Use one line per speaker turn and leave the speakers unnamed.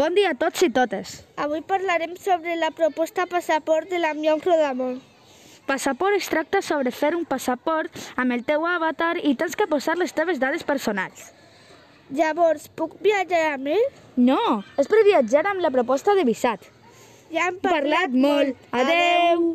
Bon dia a tots i totes.
Avui parlarem sobre la proposta passaport de l'Amion Rodamont.
Passaport es tracta sobre fer un passaport amb el teu avatar i tens que posar les teves dades personals.
Llavors, puc viatjar amb ell?
No, és per viatjar amb la proposta de visat.
Ja hem
Parlat molt. Adeu.